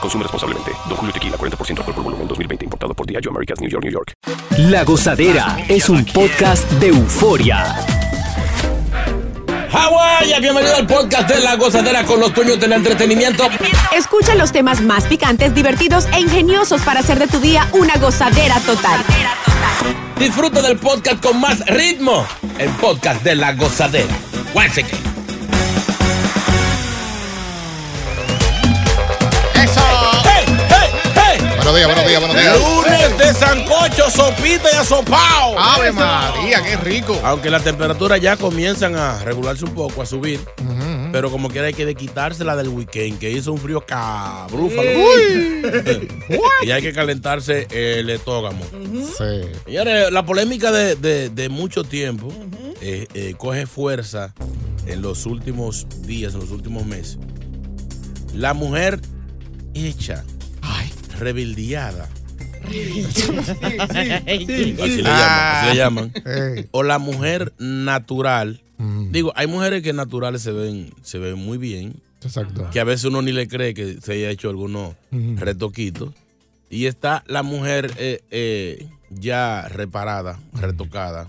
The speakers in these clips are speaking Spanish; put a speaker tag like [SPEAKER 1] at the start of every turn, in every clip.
[SPEAKER 1] Consume responsablemente. Don Julio Tequila, 40% alcohol por volumen, 2020. Importado por Diageo Americas, New York, New York.
[SPEAKER 2] La Gozadera es un podcast de euforia.
[SPEAKER 3] Hawái, bienvenido al podcast de La Gozadera con los dueños del entretenimiento.
[SPEAKER 4] Escucha los temas más picantes, divertidos e ingeniosos para hacer de tu día una gozadera total.
[SPEAKER 3] Disfruta del podcast con más ritmo. El podcast de La Gozadera. Once again.
[SPEAKER 5] ¡Eso!
[SPEAKER 3] ¡Hey, hey, hey!
[SPEAKER 5] Buenos días, buenos días, buenos días.
[SPEAKER 3] Lunes de sancocho, sopita y asopao.
[SPEAKER 5] ¡Ave María, qué rico!
[SPEAKER 3] Aunque las temperaturas ya comienzan a regularse un poco, a subir. Pero como quiera hay que de quitársela del weekend, que hizo un frío cabrúfalo. y hay que calentarse el estógamo.
[SPEAKER 5] Sí.
[SPEAKER 3] Señores, la polémica de, de- de mucho tiempo eh, eh, coge fuerza en los últimos días, en los últimos meses. La mujer hecha, rebildeada. Así le llaman, así le llaman.
[SPEAKER 5] Ey.
[SPEAKER 3] O la mujer natural. Digo, hay mujeres que naturales se ven, se ven muy bien,
[SPEAKER 5] Exacto.
[SPEAKER 3] que a veces uno ni le cree que se haya hecho algunos retoquitos. Y está la mujer eh, eh, ya reparada, retocada,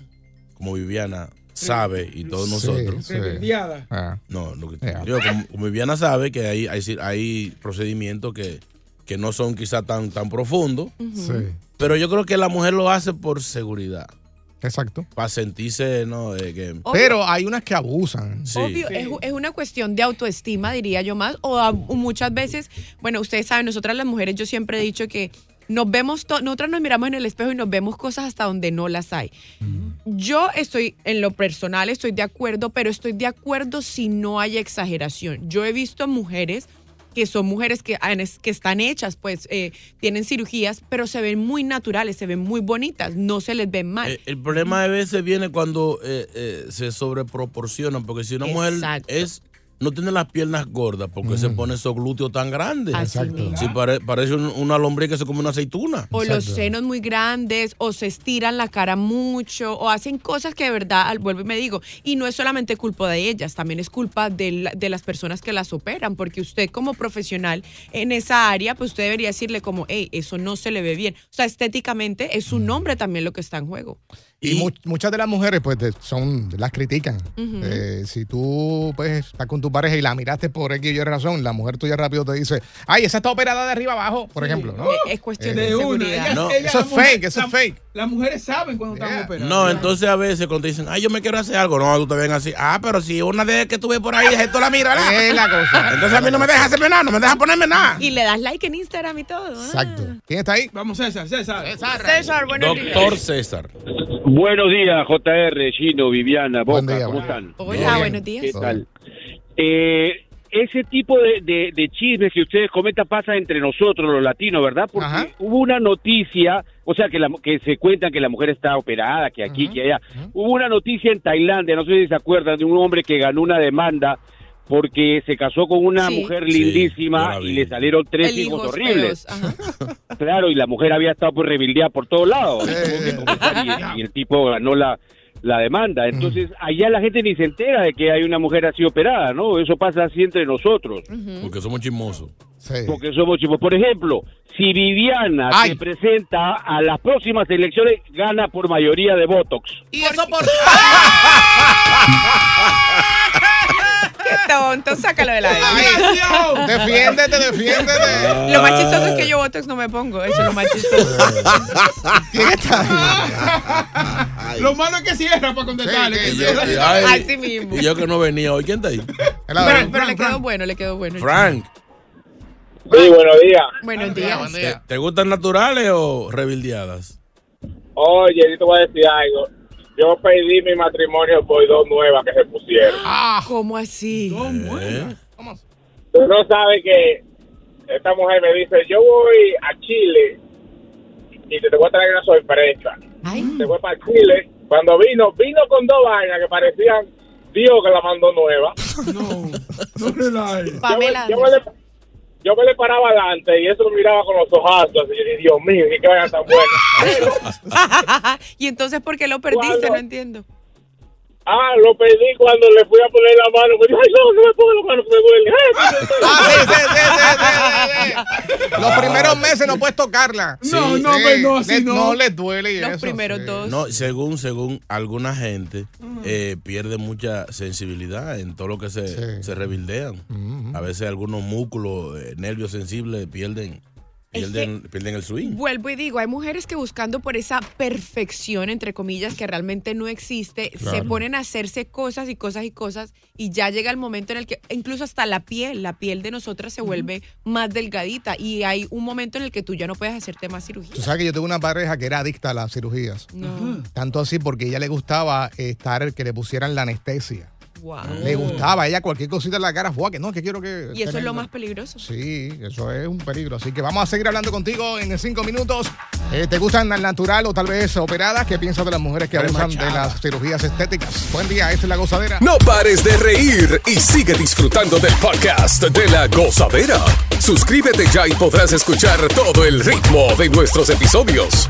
[SPEAKER 3] como Viviana sabe y todos nosotros.
[SPEAKER 5] Sí, sí. Ah,
[SPEAKER 3] No, lo que-
[SPEAKER 5] Ya.
[SPEAKER 3] digo, como, como Viviana sabe que hay, hay, cir- hay procedimientos que, que no son quizá tan, tan profundos,
[SPEAKER 5] sí.
[SPEAKER 3] pero yo creo que la mujer lo hace por seguridad,
[SPEAKER 5] Exacto.
[SPEAKER 3] para sentirse, no, Eh, que...
[SPEAKER 4] Obvio,
[SPEAKER 5] Pero hay unas que abusan.
[SPEAKER 3] Sí.
[SPEAKER 4] obvio, es, es una cuestión de autoestima, diría yo más, o a- o muchas veces, bueno, ustedes saben, nosotras las mujeres, yo siempre he dicho que nos vemos, to- nosotras nos miramos en el espejo y nos vemos cosas hasta donde no las hay. Yo estoy, en lo personal, estoy de acuerdo, pero estoy de acuerdo si no hay exageración. Yo he visto mujeres que son mujeres que, han- que están hechas, pues eh, tienen cirugías, pero se ven muy naturales, se ven muy bonitas, no se les ven mal.
[SPEAKER 3] Eh, el problema a veces viene cuando eh, eh, se sobreproporcionan, porque si una mujer
[SPEAKER 4] Exacto.
[SPEAKER 3] es no tiene las piernas gordas, porque se pone esos glúteos tan grandes.
[SPEAKER 4] Así Exacto. mismo.
[SPEAKER 3] Sí, pare- parece un- una lombriz que se come una aceituna.
[SPEAKER 4] O los senos muy grandes, o se estiran la cara mucho, o hacen cosas que de verdad, al- vuelvo y me digo, y no es solamente culpa de ellas, también es culpa de, la- de las personas que las operan, porque usted como profesional en esa área, pues usted debería decirle como, hey, eso no se le ve bien. O sea, estéticamente es su
[SPEAKER 5] Mm.
[SPEAKER 4] nombre también lo que está en juego.
[SPEAKER 5] Y,
[SPEAKER 3] Y-
[SPEAKER 5] mu- muchas de las mujeres, pues, de- son, las critican. Eh, si tú, pues, estás con tu pareja y la miraste por X y Y razón, la mujer tuya rápido te dice, ay, esa está operada de arriba abajo, por ejemplo. ¿no?
[SPEAKER 4] Eh, Es cuestión de
[SPEAKER 5] Eh,
[SPEAKER 4] seguridad.
[SPEAKER 3] No.
[SPEAKER 5] Eso es fake, eso es fake.
[SPEAKER 6] Las mujeres saben cuando
[SPEAKER 5] Yeah.
[SPEAKER 6] están operando.
[SPEAKER 3] No, entonces a veces cuando te dicen, ay, yo me quiero hacer algo, no, tú te ven así, ah, pero si una de que tuve por ahí, esto la mira,
[SPEAKER 4] Eh,
[SPEAKER 3] ¿verdad?
[SPEAKER 5] Es la cosa.
[SPEAKER 3] Entonces a mí no me deja hacerme nada, no me deja ponerme nada.
[SPEAKER 4] Y le das like en Instagram y todo. ah.
[SPEAKER 5] Exacto. ¿Quién está ahí?
[SPEAKER 6] Vamos, César, César.
[SPEAKER 4] César, buenos
[SPEAKER 3] Doctor
[SPEAKER 4] días.
[SPEAKER 3] César.
[SPEAKER 7] Buenos días, JR, Gino, Viviana,
[SPEAKER 5] Buen
[SPEAKER 7] Boca,
[SPEAKER 5] día,
[SPEAKER 7] ¿cómo
[SPEAKER 5] Boca.
[SPEAKER 7] están?
[SPEAKER 4] Hola,
[SPEAKER 5] Bien.
[SPEAKER 4] buenos días.
[SPEAKER 7] ¿Qué
[SPEAKER 5] Todo
[SPEAKER 7] tal? Eh, ese tipo de, de- de chismes que ustedes comentan pasa entre nosotros, los latinos, ¿verdad? Porque
[SPEAKER 5] Ajá.
[SPEAKER 7] hubo una noticia, o sea, que, la, que se cuentan que la mujer está operada, que aquí,
[SPEAKER 5] Ujú,
[SPEAKER 7] que allá.
[SPEAKER 5] ujú.
[SPEAKER 7] Hubo una noticia en Tailandia, no sé si se acuerdan, de un hombre que ganó una demanda porque se casó con una
[SPEAKER 4] Sí.
[SPEAKER 7] mujer
[SPEAKER 3] Sí, yo
[SPEAKER 7] lindísima
[SPEAKER 3] la vi.
[SPEAKER 7] y le salieron tres
[SPEAKER 4] El
[SPEAKER 7] hijos
[SPEAKER 4] hijos
[SPEAKER 7] horribles.
[SPEAKER 4] feos, ajá.
[SPEAKER 7] Claro, y la mujer había estado por rebildeada por todos lados. Tuvo que confesar y, y el tipo ganó la, la demanda. Entonces, allá la gente ni se entera de que hay una mujer así operada, ¿no? Eso pasa así entre nosotros,
[SPEAKER 3] Porque somos chismosos.
[SPEAKER 5] Sí.
[SPEAKER 7] porque somos chicos. Por ejemplo, si Viviana
[SPEAKER 5] Ay.
[SPEAKER 7] se presenta a las próximas elecciones, gana por mayoría de Botox.
[SPEAKER 5] ¿Y eso por
[SPEAKER 4] qué tonto, sácalo del aire.
[SPEAKER 5] Defiéndete, defiéndete.
[SPEAKER 4] Lo más chistoso es que yo Botox no me pongo. Eso es lo más chistoso.
[SPEAKER 5] ¿Quién está ahí?
[SPEAKER 6] Lo malo es que cierra para contestarle.
[SPEAKER 5] Sí,
[SPEAKER 6] que
[SPEAKER 5] sí,
[SPEAKER 6] cierra.
[SPEAKER 3] Y- ay,
[SPEAKER 4] Eh, Así mismo.
[SPEAKER 3] Y yo que no venía hoy, ¿quién está ahí?
[SPEAKER 5] El
[SPEAKER 4] Pero,
[SPEAKER 5] ladrón.
[SPEAKER 4] pero le quedó bueno, le quedó bueno.
[SPEAKER 3] Frank,
[SPEAKER 7] Sí, buenos días.
[SPEAKER 4] Buenos días.
[SPEAKER 3] ¿te, te gustan naturales o rebildeadas?
[SPEAKER 7] Oye, yo te voy a decir algo. Yo pedí mi matrimonio por dos nuevas que se pusieron.
[SPEAKER 4] ¿Cómo así?
[SPEAKER 3] ¿Eh?
[SPEAKER 7] Tú no sabes que esta mujer me dice, yo voy a Chile y te, te voy a traer una sorpresa.
[SPEAKER 4] Ay,
[SPEAKER 7] Se fue para Chile. Cuando vino, vino con dos vainas que parecían Dios que la mandó nueva.
[SPEAKER 6] No, no relaje.
[SPEAKER 7] Yo me,
[SPEAKER 4] Pamela.
[SPEAKER 7] yo me le, yo me le paraba adelante y eso lo miraba con los ojazos. Y yo dije, Dios mío, qué vaina tan buena.
[SPEAKER 4] y entonces, ¿por qué lo perdiste?
[SPEAKER 7] Cuando-
[SPEAKER 4] No entiendo.
[SPEAKER 7] ah, lo pedí cuando le fui a poner la mano. Me dijo, ay, no, no me pongo la mano que me duele. Ay, no, no, no.
[SPEAKER 5] Ah, sí, sí, sí, sí, sí, sí. Los primeros meses no puedes tocarla.
[SPEAKER 6] No, no, hombre, no, así
[SPEAKER 5] Eh, Le-
[SPEAKER 6] no.
[SPEAKER 5] les duele y
[SPEAKER 4] Los
[SPEAKER 5] eso,
[SPEAKER 4] primeros
[SPEAKER 5] sí.
[SPEAKER 4] dos.
[SPEAKER 3] No, según, según alguna gente, eh, pierde mucha sensibilidad en todo lo que se,
[SPEAKER 5] Sí. Mm-hmm.
[SPEAKER 3] se rebildean. A veces algunos músculos, eh, nervios sensibles pierden,
[SPEAKER 4] Es que-
[SPEAKER 3] pierden, pierden el swing.
[SPEAKER 4] Vuelvo y digo, hay mujeres que buscando por esa perfección, entre comillas, que realmente no existe, se ponen a hacerse cosas y cosas y cosas y ya llega el momento en el que incluso hasta la piel, la piel de nosotras se vuelve más delgadita y hay un momento en el que tú ya no puedes hacerte más
[SPEAKER 5] Tú
[SPEAKER 4] cirugía.
[SPEAKER 5] sabes que yo tuve una pareja que era adicta a las cirugías.
[SPEAKER 4] No,
[SPEAKER 5] Tanto así porque a ella le gustaba eh, estar que le pusieran la anestesia.
[SPEAKER 4] wow.
[SPEAKER 5] Le gustaba a ella cualquier cosita en la cara. Fue que no, que quiero que.
[SPEAKER 4] Mm. Y eso es
[SPEAKER 5] tener-
[SPEAKER 4] lo más peligroso.
[SPEAKER 5] Sí, eso es un peligro. Así que vamos a seguir hablando contigo en cinco minutos. Eh, ¿Te gustan las natural o tal vez operadas? ¿Qué piensas de las mujeres que abusan de las cirugías estéticas? Buen día, esta es la gozadera.
[SPEAKER 2] No pares de reír y sigue disfrutando del podcast de la gozadera. Suscríbete ya y podrás escuchar todo el ritmo de nuestros episodios.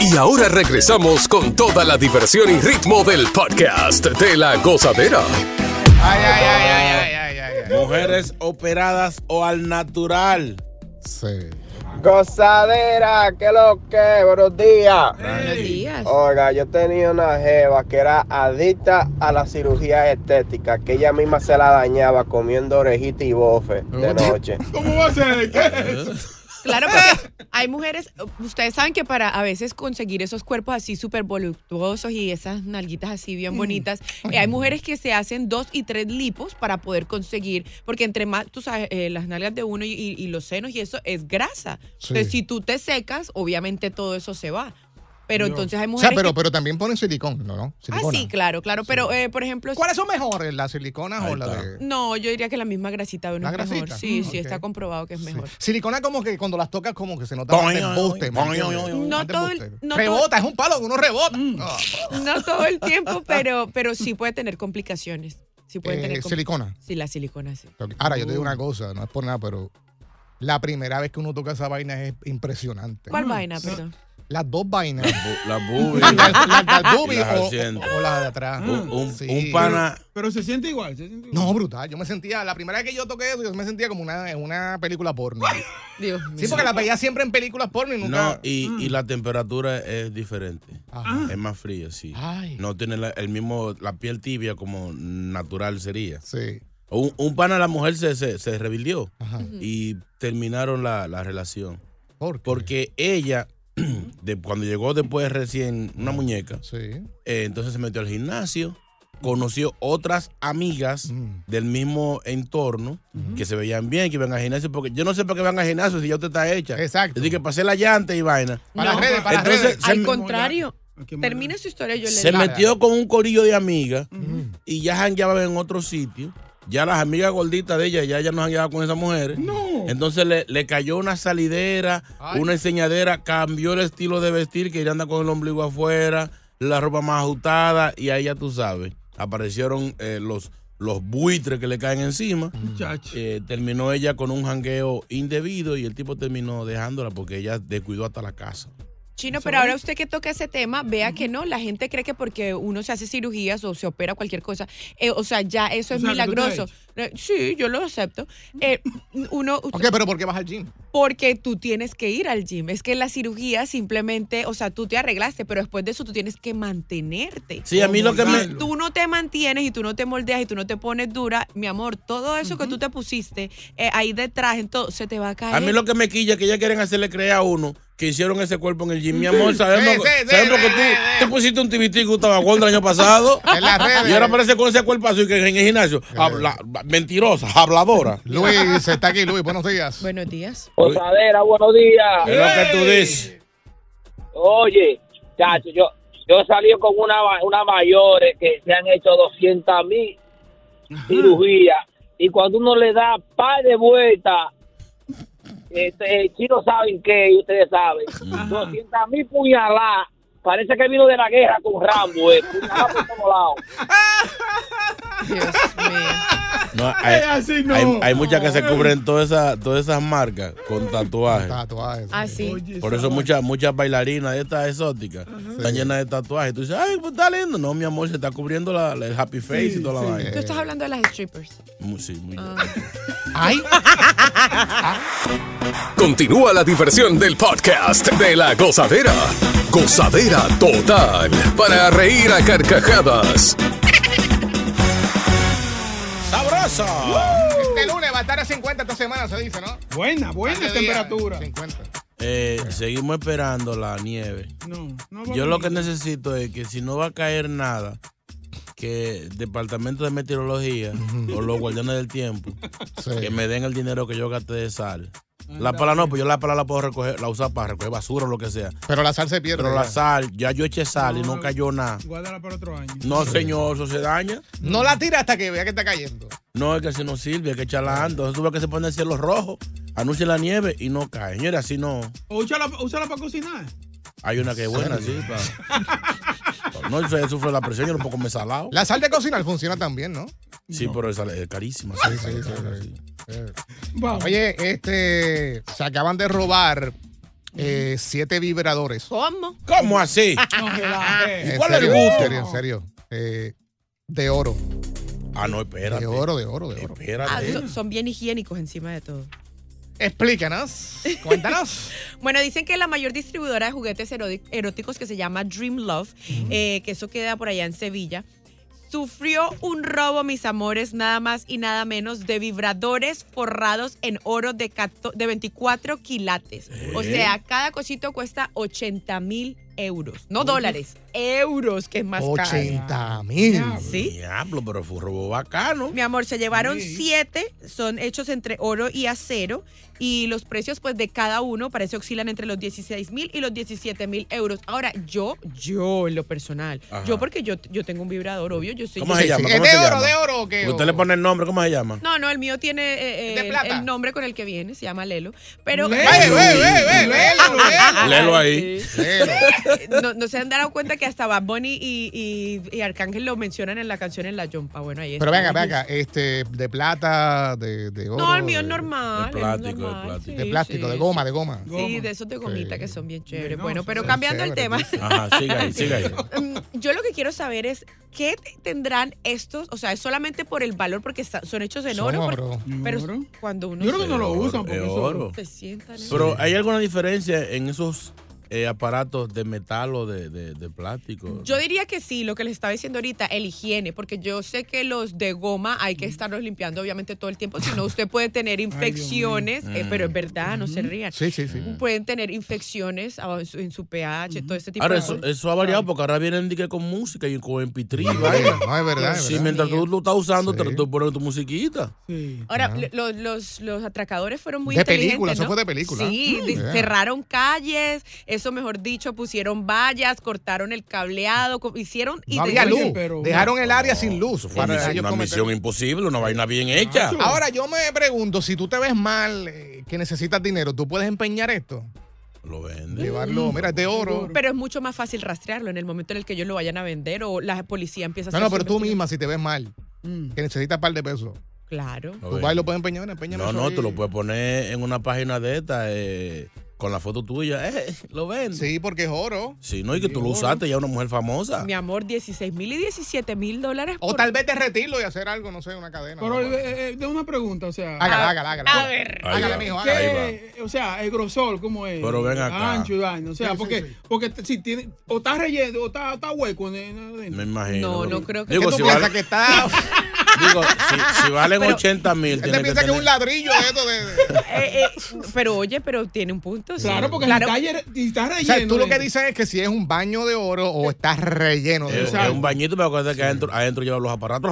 [SPEAKER 2] Y ahora regresamos con toda la diversión y ritmo del podcast de la gozadera.
[SPEAKER 5] Ay, ay, ay, ay, ay, ay, ay, ay.
[SPEAKER 3] Mujeres operadas o al natural.
[SPEAKER 5] Sí.
[SPEAKER 8] Gozadera, que lo que, buenos días.
[SPEAKER 4] Buenos días.
[SPEAKER 5] Oh,
[SPEAKER 8] Oiga, yo tenía una jeva que era adicta a la cirugía estética, que ella misma se la dañaba comiendo orejita y bofe de noche.
[SPEAKER 6] ¿Cómo va a ser? ¿Qué es?
[SPEAKER 4] Claro, porque hay mujeres, ustedes saben que para a veces conseguir esos cuerpos así súper voluptuosos y esas nalguitas así
[SPEAKER 5] Mm.
[SPEAKER 4] bien bonitas, eh, hay mujeres que se hacen dos y tres lipos para poder conseguir, porque entre más, tú sabes, eh, las nalgas de uno y, y- y los senos y eso es grasa.
[SPEAKER 5] Sí.
[SPEAKER 4] Entonces, si tú te secas, obviamente todo eso se va. Pero entonces hay
[SPEAKER 5] O sea,
[SPEAKER 4] mujeres
[SPEAKER 5] pero,
[SPEAKER 4] que...
[SPEAKER 5] pero también ponen silicón, ¿no? ¿no?
[SPEAKER 4] Ah,
[SPEAKER 5] Silicona.
[SPEAKER 4] sí, claro, claro. Pero, eh, por ejemplo...
[SPEAKER 5] ¿Cuáles son mejores, las siliconas
[SPEAKER 3] Ahí
[SPEAKER 5] o las
[SPEAKER 3] está.
[SPEAKER 5] de...?
[SPEAKER 4] No, yo diría que la misma grasita de uno
[SPEAKER 5] ¿La
[SPEAKER 4] es mejor.
[SPEAKER 5] grasita?
[SPEAKER 4] Sí,
[SPEAKER 5] Mm,
[SPEAKER 4] sí,
[SPEAKER 5] ok.
[SPEAKER 4] está comprobado que es mejor.
[SPEAKER 5] Silicona como que cuando las tocas como que se nota más
[SPEAKER 3] Boing,
[SPEAKER 5] embuste. ¿me
[SPEAKER 3] boing,
[SPEAKER 5] entiendes?
[SPEAKER 3] boing, boing.
[SPEAKER 4] No
[SPEAKER 5] Más
[SPEAKER 4] todo el-
[SPEAKER 5] embuste.
[SPEAKER 4] no todo- Mm.
[SPEAKER 5] rebota, es un palo que uno rebota. Ah.
[SPEAKER 4] No todo el tiempo, pero, pero sí puede tener complicaciones. Sí puede
[SPEAKER 5] Eh, Mm,
[SPEAKER 4] tener compli-
[SPEAKER 5] silicona.
[SPEAKER 4] Sí, la silicona, sí.
[SPEAKER 5] Ok, Ahora, yo te digo una cosa, no es por nada, pero la primera vez que uno toca esa vaina es impresionante.
[SPEAKER 4] ¿Cuál vaina, perdón?
[SPEAKER 5] Las dos vainas.
[SPEAKER 3] Bu- La
[SPEAKER 5] las
[SPEAKER 3] boobie.
[SPEAKER 5] las- las del
[SPEAKER 3] Y
[SPEAKER 5] boobie
[SPEAKER 3] las
[SPEAKER 5] o,
[SPEAKER 3] asientos.
[SPEAKER 5] o las de atrás.
[SPEAKER 3] un, un-
[SPEAKER 5] Ah, Sí.
[SPEAKER 3] un pana.
[SPEAKER 6] Pero se siente igual, se siente igual.
[SPEAKER 5] No, brutal. Yo me sentía, la primera vez que yo toqué eso, yo me sentía como una, en una película porno.
[SPEAKER 4] Dios
[SPEAKER 5] Sí,
[SPEAKER 4] mío.
[SPEAKER 5] porque las veía siempre en películas porno y
[SPEAKER 3] No,
[SPEAKER 5] nunca.
[SPEAKER 3] y, y
[SPEAKER 5] Mm.
[SPEAKER 3] la temperatura es diferente.
[SPEAKER 5] Ajá.
[SPEAKER 3] Es más fría, sí.
[SPEAKER 5] Ay.
[SPEAKER 3] No tiene la- el mismo, la piel tibia como natural sería.
[SPEAKER 5] Sí.
[SPEAKER 3] Un, un pana, la mujer se, se, se rebeldió
[SPEAKER 5] Ajá.
[SPEAKER 3] y terminaron la, la relación.
[SPEAKER 5] ¿Por qué?
[SPEAKER 3] Porque ella de cuando llegó después recién una muñeca,
[SPEAKER 5] Sí.
[SPEAKER 3] eh, entonces se metió al gimnasio, conoció otras amigas
[SPEAKER 5] Mm.
[SPEAKER 3] del mismo entorno que se veían bien, que iban al gimnasio, porque yo no sé para qué van al gimnasio si ya usted está hecha.
[SPEAKER 5] Exacto.
[SPEAKER 3] Así que pasé la llanta y vaina.
[SPEAKER 5] Para las redes, para las
[SPEAKER 3] Entonces,
[SPEAKER 5] redes.
[SPEAKER 3] se
[SPEAKER 4] Al
[SPEAKER 3] me-
[SPEAKER 4] contrario,
[SPEAKER 6] Aquí me-
[SPEAKER 4] termina su historia, yo le
[SPEAKER 3] se
[SPEAKER 4] digo.
[SPEAKER 3] metió con un corillo de amigas y ya jangueaba en otro sitio. Ya las amigas gorditas de ella ya, ya no jangueaban con esas mujeres.
[SPEAKER 6] No.
[SPEAKER 3] Entonces le, le cayó una salidera, una enseñadera, cambió el estilo de vestir, que ella anda con el ombligo afuera, la ropa más ajustada, y ahí ya tú sabes, aparecieron eh, los, los buitres que le caen encima.
[SPEAKER 6] Muchacho.
[SPEAKER 3] Eh, terminó ella con un jangueo indebido y el tipo terminó dejándola porque ella descuidó hasta la casa.
[SPEAKER 4] Chino, pero ahora usted que toca ese tema, vea que no, la gente cree que porque uno se hace cirugías o se opera cualquier cosa, eh, o sea, ya eso
[SPEAKER 6] O
[SPEAKER 4] es
[SPEAKER 6] sea, que tú te
[SPEAKER 4] milagroso. Eh, sí, yo lo acepto. Eh, uno,
[SPEAKER 5] Ok, pero ¿por qué vas al gym?
[SPEAKER 4] porque tú tienes que ir al gym. Es que la cirugía simplemente, o sea, tú te arreglaste, pero después de eso tú tienes que mantenerte.
[SPEAKER 3] Sí, a mí lo que me...
[SPEAKER 6] Moldarlo.
[SPEAKER 4] Tú no te mantienes y tú no te moldeas y tú no te pones dura, mi amor, todo eso que tú te pusiste eh, ahí detrás, entonces se te va a caer.
[SPEAKER 3] A mí lo que me quilla es que ya quieren hacerle creer a uno que hicieron ese cuerpo en el gym. Mi amor, sabemos,
[SPEAKER 5] Sí, sí, sí,
[SPEAKER 3] sabemos
[SPEAKER 5] sí,
[SPEAKER 3] que
[SPEAKER 5] sí,
[SPEAKER 3] tú,
[SPEAKER 5] sí.
[SPEAKER 3] tú pusiste un tibitico, estaba gordo el año pasado.
[SPEAKER 5] En las redes.
[SPEAKER 3] Y ahora aparece con ese cuerpo así que en el gimnasio. Habla- mentirosa, habladora.
[SPEAKER 5] Luis, está aquí, Luis, buenos días.
[SPEAKER 4] Buenos días.
[SPEAKER 8] Posadera, buenos días.
[SPEAKER 3] Es lo que tú dices.
[SPEAKER 8] Oye, chacho, yo, yo he salido con una, ma- una mayor eh, que se han hecho 200 mil cirugías y cuando uno le da par de vueltas, este, eh, chinos saben qué, y ustedes saben, 200 mil puñaladas, parece que vino de la guerra con Rambo, eh, puñaladas por todos lados.
[SPEAKER 4] Dios mío.
[SPEAKER 3] No, hay,
[SPEAKER 6] Eh, así no.
[SPEAKER 3] hay- hay muchas que se cubren todas esas, todas esas marcas con tatuajes.
[SPEAKER 5] Tatuajes.
[SPEAKER 4] Así.
[SPEAKER 6] Oye,
[SPEAKER 3] Por eso
[SPEAKER 6] esa-
[SPEAKER 3] muchas muchas bailarinas de estas exóticas están llenas de tatuajes. Tú dices, ay, pues está lindo. No, mi amor, se está cubriendo la, la- el happy face
[SPEAKER 6] Sí,
[SPEAKER 3] y toda
[SPEAKER 6] sí.
[SPEAKER 3] la vaina.
[SPEAKER 4] Tú estás hablando de las strippers.
[SPEAKER 3] Muy- Sí, muy
[SPEAKER 5] Ah.
[SPEAKER 3] bien.
[SPEAKER 5] Ay,
[SPEAKER 2] Continúa la diversión del podcast de la gozadera. Gozadera total para reír a carcajadas.
[SPEAKER 3] ¡Sabroso!
[SPEAKER 5] este lunes va a estar a 50 esta semana, se dice, ¿no?
[SPEAKER 6] Buena, buena
[SPEAKER 5] Este día,
[SPEAKER 6] temperatura.
[SPEAKER 5] 50.
[SPEAKER 3] Eh, seguimos esperando la nieve.
[SPEAKER 6] No, no va
[SPEAKER 3] Yo lo que
[SPEAKER 6] conmigo.
[SPEAKER 3] necesito es que si no va a caer nada, que el Departamento de Meteorología o los guardianes del tiempo que
[SPEAKER 5] Sí.
[SPEAKER 3] me den el dinero que yo gasté de sal. La pala no, pues yo la pala la puedo recoger, la usar para recoger basura o lo que sea.
[SPEAKER 5] Pero la sal se pierde.
[SPEAKER 3] Pero la
[SPEAKER 5] ya.
[SPEAKER 3] sal, ya yo eché sal y no cayó nada.
[SPEAKER 6] Guárdala para otro año.
[SPEAKER 3] No, señor, eso se daña.
[SPEAKER 5] No la tira hasta que vea que está cayendo.
[SPEAKER 3] No, es que si no sirve, es que echarla antes. Entonces tú ves que se pone el cielo rojo, anuncia la nieve y no cae. Mira, así no.
[SPEAKER 6] O úsala, úsala para cocinar.
[SPEAKER 3] Hay una que es buena, sí. pa- No, eso sufre la presión, yo no puedo comer salado.
[SPEAKER 5] La sal de cocinar funciona también, ¿no?
[SPEAKER 3] Sí, pero esa es carísima.
[SPEAKER 5] Sí, sí, sí, sí.
[SPEAKER 6] Vamos.
[SPEAKER 5] Oye, este, se acaban de robar eh, siete vibradores.
[SPEAKER 4] ¿Cómo?
[SPEAKER 3] ¿Cómo así?
[SPEAKER 6] No relajes.
[SPEAKER 5] En
[SPEAKER 3] ¿Cuál es el
[SPEAKER 5] serio, En
[SPEAKER 3] gusto?
[SPEAKER 5] serio, en serio. Eh, de oro,
[SPEAKER 3] Ah, no, espérate.
[SPEAKER 5] de oro, de oro, de oro.
[SPEAKER 4] Ah, so-
[SPEAKER 3] Espérate.
[SPEAKER 4] son bien higiénicos encima de todo.
[SPEAKER 5] Explícanos, cuéntanos.
[SPEAKER 4] Bueno, dicen que la mayor distribuidora de juguetes erodi- eróticos que se llama Dream Love, eh, que eso queda por allá en Sevilla, sufrió un robo, mis amores, nada más y nada menos, de vibradores forrados en oro de, cato- de 24 quilates. O sea, cada cosito cuesta 80 mil euros. No dólares, euros, que es más caro.
[SPEAKER 5] 80 mil.
[SPEAKER 4] ¿Sí?
[SPEAKER 3] Diablo, pero fue un robo bacano.
[SPEAKER 4] Mi amor, se llevaron
[SPEAKER 6] Sí.
[SPEAKER 4] siete, son hechos entre oro y acero y los precios pues de cada uno parece oscilan entre los 16 mil y los 17 mil euros. Ahora yo, yo en lo personal,
[SPEAKER 3] Ajá.
[SPEAKER 4] yo porque yo, yo tengo un vibrador, obvio, yo soy...
[SPEAKER 3] ¿Cómo
[SPEAKER 4] yo
[SPEAKER 3] se
[SPEAKER 4] soy-
[SPEAKER 3] llama?
[SPEAKER 5] ¿Es
[SPEAKER 3] ¿Cómo
[SPEAKER 5] de
[SPEAKER 3] se
[SPEAKER 5] oro,
[SPEAKER 3] llama?
[SPEAKER 5] de oro o qué?
[SPEAKER 3] Usted le pone el nombre, ¿cómo se llama?
[SPEAKER 4] No, no, el mío tiene eh,
[SPEAKER 5] ¿De
[SPEAKER 4] eh,
[SPEAKER 5] plata?
[SPEAKER 4] el nombre con el que viene, se llama Lelo. Pero... Ah,
[SPEAKER 6] Lelo.
[SPEAKER 5] ¡Ve, ve, ve, ve! ¡Léelo, léelo!
[SPEAKER 3] Léelo ahí.
[SPEAKER 4] Sí.
[SPEAKER 5] léelo.
[SPEAKER 4] eh, No, no se han dado cuenta que hasta Bad Bunny y, y- y Arcángel lo mencionan en la canción En la Jompa. Bueno, ahí está.
[SPEAKER 5] Pero venga, venga, este, de plata, de, de oro.
[SPEAKER 4] No, el mío es
[SPEAKER 5] de-
[SPEAKER 4] normal.
[SPEAKER 3] de
[SPEAKER 4] el mío es
[SPEAKER 3] plástico, de
[SPEAKER 4] normal,
[SPEAKER 3] plástico.
[SPEAKER 5] De
[SPEAKER 4] sí,
[SPEAKER 5] plástico,
[SPEAKER 4] sí,
[SPEAKER 5] de goma, de goma.
[SPEAKER 4] Sí,
[SPEAKER 6] Goma.
[SPEAKER 4] de esos de gomita que son bien chéveres.
[SPEAKER 6] Venenosos,
[SPEAKER 4] Bueno, pero
[SPEAKER 6] son
[SPEAKER 4] cambiando el tema,
[SPEAKER 5] chéveres,
[SPEAKER 3] Ajá, siga ahí, siga ahí.
[SPEAKER 4] mm, yo lo que quiero saber es qué te- tendrán estos, o sea, es solamente por el valor porque está- son hechos en
[SPEAKER 5] Son
[SPEAKER 4] oro, por-
[SPEAKER 5] oro.
[SPEAKER 4] pero
[SPEAKER 6] Yo creo-
[SPEAKER 4] cuando uno
[SPEAKER 6] Yo creo que
[SPEAKER 4] se-
[SPEAKER 6] no lo usan porque
[SPEAKER 3] Es
[SPEAKER 6] es
[SPEAKER 3] oro.
[SPEAKER 6] oro.
[SPEAKER 4] se sientan, ¿eh?
[SPEAKER 3] Pero hay alguna diferencia en esos eh, aparatos de metal o de, de- de plástico.
[SPEAKER 4] Yo diría que sí, lo que les estaba diciendo ahorita, el higiene, porque yo sé que los de goma hay que estarlos limpiando obviamente todo el tiempo, si no usted puede tener infecciones, eh, pero es verdad, no se rían.
[SPEAKER 5] Sí, sí, sí.
[SPEAKER 4] Pueden tener infecciones abajo en su, en su pH, todo este tipo
[SPEAKER 3] Ahora,
[SPEAKER 4] de
[SPEAKER 3] eso,
[SPEAKER 4] cosas.
[SPEAKER 3] eso ha variado porque ahora vienen de que con música y con empitrí.
[SPEAKER 5] No, es verdad. es
[SPEAKER 3] Sí,
[SPEAKER 5] verdad.
[SPEAKER 3] mientras tú lo estás usando, te
[SPEAKER 5] Sí.
[SPEAKER 3] tú pones tu musiquita.
[SPEAKER 6] Sí.
[SPEAKER 4] Ahora, lo- los, los, atracadores fueron muy
[SPEAKER 5] De
[SPEAKER 4] inteligentes.
[SPEAKER 5] película, eso
[SPEAKER 4] ¿no?
[SPEAKER 5] fue de película.
[SPEAKER 4] Sí,
[SPEAKER 5] Mm,
[SPEAKER 4] di-
[SPEAKER 5] yeah.
[SPEAKER 4] cerraron calles, eso mejor dicho, pusieron vallas, cortaron el cableado, co- hicieron y
[SPEAKER 5] No había
[SPEAKER 4] de-
[SPEAKER 6] Oye,
[SPEAKER 5] luz.
[SPEAKER 6] pero-
[SPEAKER 5] Dejaron el área sin luz.
[SPEAKER 3] Fue
[SPEAKER 5] para
[SPEAKER 3] misión-
[SPEAKER 5] ellos
[SPEAKER 3] una
[SPEAKER 5] cometer-
[SPEAKER 3] misión imposible, una vaina bien hecha.
[SPEAKER 5] Ahora yo me pregunto, si tú te ves mal, eh, que necesitas dinero, ¿tú puedes empeñar esto?
[SPEAKER 3] Lo vende.
[SPEAKER 5] Llevarlo, mira, es de oro.
[SPEAKER 4] Pero es mucho más fácil rastrearlo en el momento en el que ellos lo vayan a vender o la policía empieza a
[SPEAKER 5] No,
[SPEAKER 4] hacer
[SPEAKER 5] no,
[SPEAKER 4] su
[SPEAKER 5] pero tú
[SPEAKER 4] investigación.
[SPEAKER 5] misma, si te ves mal,
[SPEAKER 6] Mm.
[SPEAKER 5] que necesitas un par de pesos,
[SPEAKER 4] Claro.
[SPEAKER 3] Lo
[SPEAKER 5] tú
[SPEAKER 3] vende.
[SPEAKER 5] vas y lo puedes empeñar, empeñame
[SPEAKER 3] No,
[SPEAKER 5] eso
[SPEAKER 3] no,
[SPEAKER 5] ahí.
[SPEAKER 3] te lo puedes poner en una página de esta eh, con la foto tuya. Eh, lo vende. Sí.
[SPEAKER 5] Sí, porque es oro.
[SPEAKER 3] no, y que tú lo usaste ya una mujer famosa.
[SPEAKER 4] Mi amor, 16 mil y 17 mil dólares.
[SPEAKER 5] O
[SPEAKER 4] por-
[SPEAKER 5] tal vez derretirlo y hacer algo, no sé, una cadena.
[SPEAKER 6] Pero
[SPEAKER 5] algo.
[SPEAKER 6] eh, ah, eh, de una pregunta, o sea.
[SPEAKER 5] Hágala, hágala, hágala.
[SPEAKER 4] A ver.
[SPEAKER 3] Ahí
[SPEAKER 5] Hágala,
[SPEAKER 3] va.
[SPEAKER 5] mijo, hágala.
[SPEAKER 4] eh,
[SPEAKER 6] ¿qué- Eh, o sea, el grosor, ¿cómo es?
[SPEAKER 3] Pero ven acá.
[SPEAKER 6] Ancho y vaina. O sea,
[SPEAKER 5] Sí, sí,
[SPEAKER 6] porque,
[SPEAKER 5] sí.
[SPEAKER 6] porque t- si tiene, o está relleno, o está, está hueco. ne- ne- adentro.
[SPEAKER 3] Me imagino.
[SPEAKER 4] No, no creo que-
[SPEAKER 5] ¿Qué
[SPEAKER 3] Digo,
[SPEAKER 5] tú
[SPEAKER 3] si,
[SPEAKER 5] piensas
[SPEAKER 3] vale-
[SPEAKER 5] que está?
[SPEAKER 3] digo, si, si valen
[SPEAKER 4] Pero-
[SPEAKER 3] 80 mil,
[SPEAKER 5] Él te
[SPEAKER 3] tiene que
[SPEAKER 5] Este piensa que es
[SPEAKER 3] tener...
[SPEAKER 5] un ladrillo de esto de... de-
[SPEAKER 4] Eh, eh, pero oye, pero tiene un punto. sí.
[SPEAKER 6] Claro, porque
[SPEAKER 4] Claro.
[SPEAKER 6] Si, está, re- si está
[SPEAKER 5] O
[SPEAKER 6] relleno. eh.
[SPEAKER 5] sea, tú lo que
[SPEAKER 6] adentro.
[SPEAKER 5] dices es que si es un baño de oro o está relleno de
[SPEAKER 3] Es,
[SPEAKER 5] oro.
[SPEAKER 3] eh, es un bañito, pero acuérdate que adentro, adentro lleva los aparatos,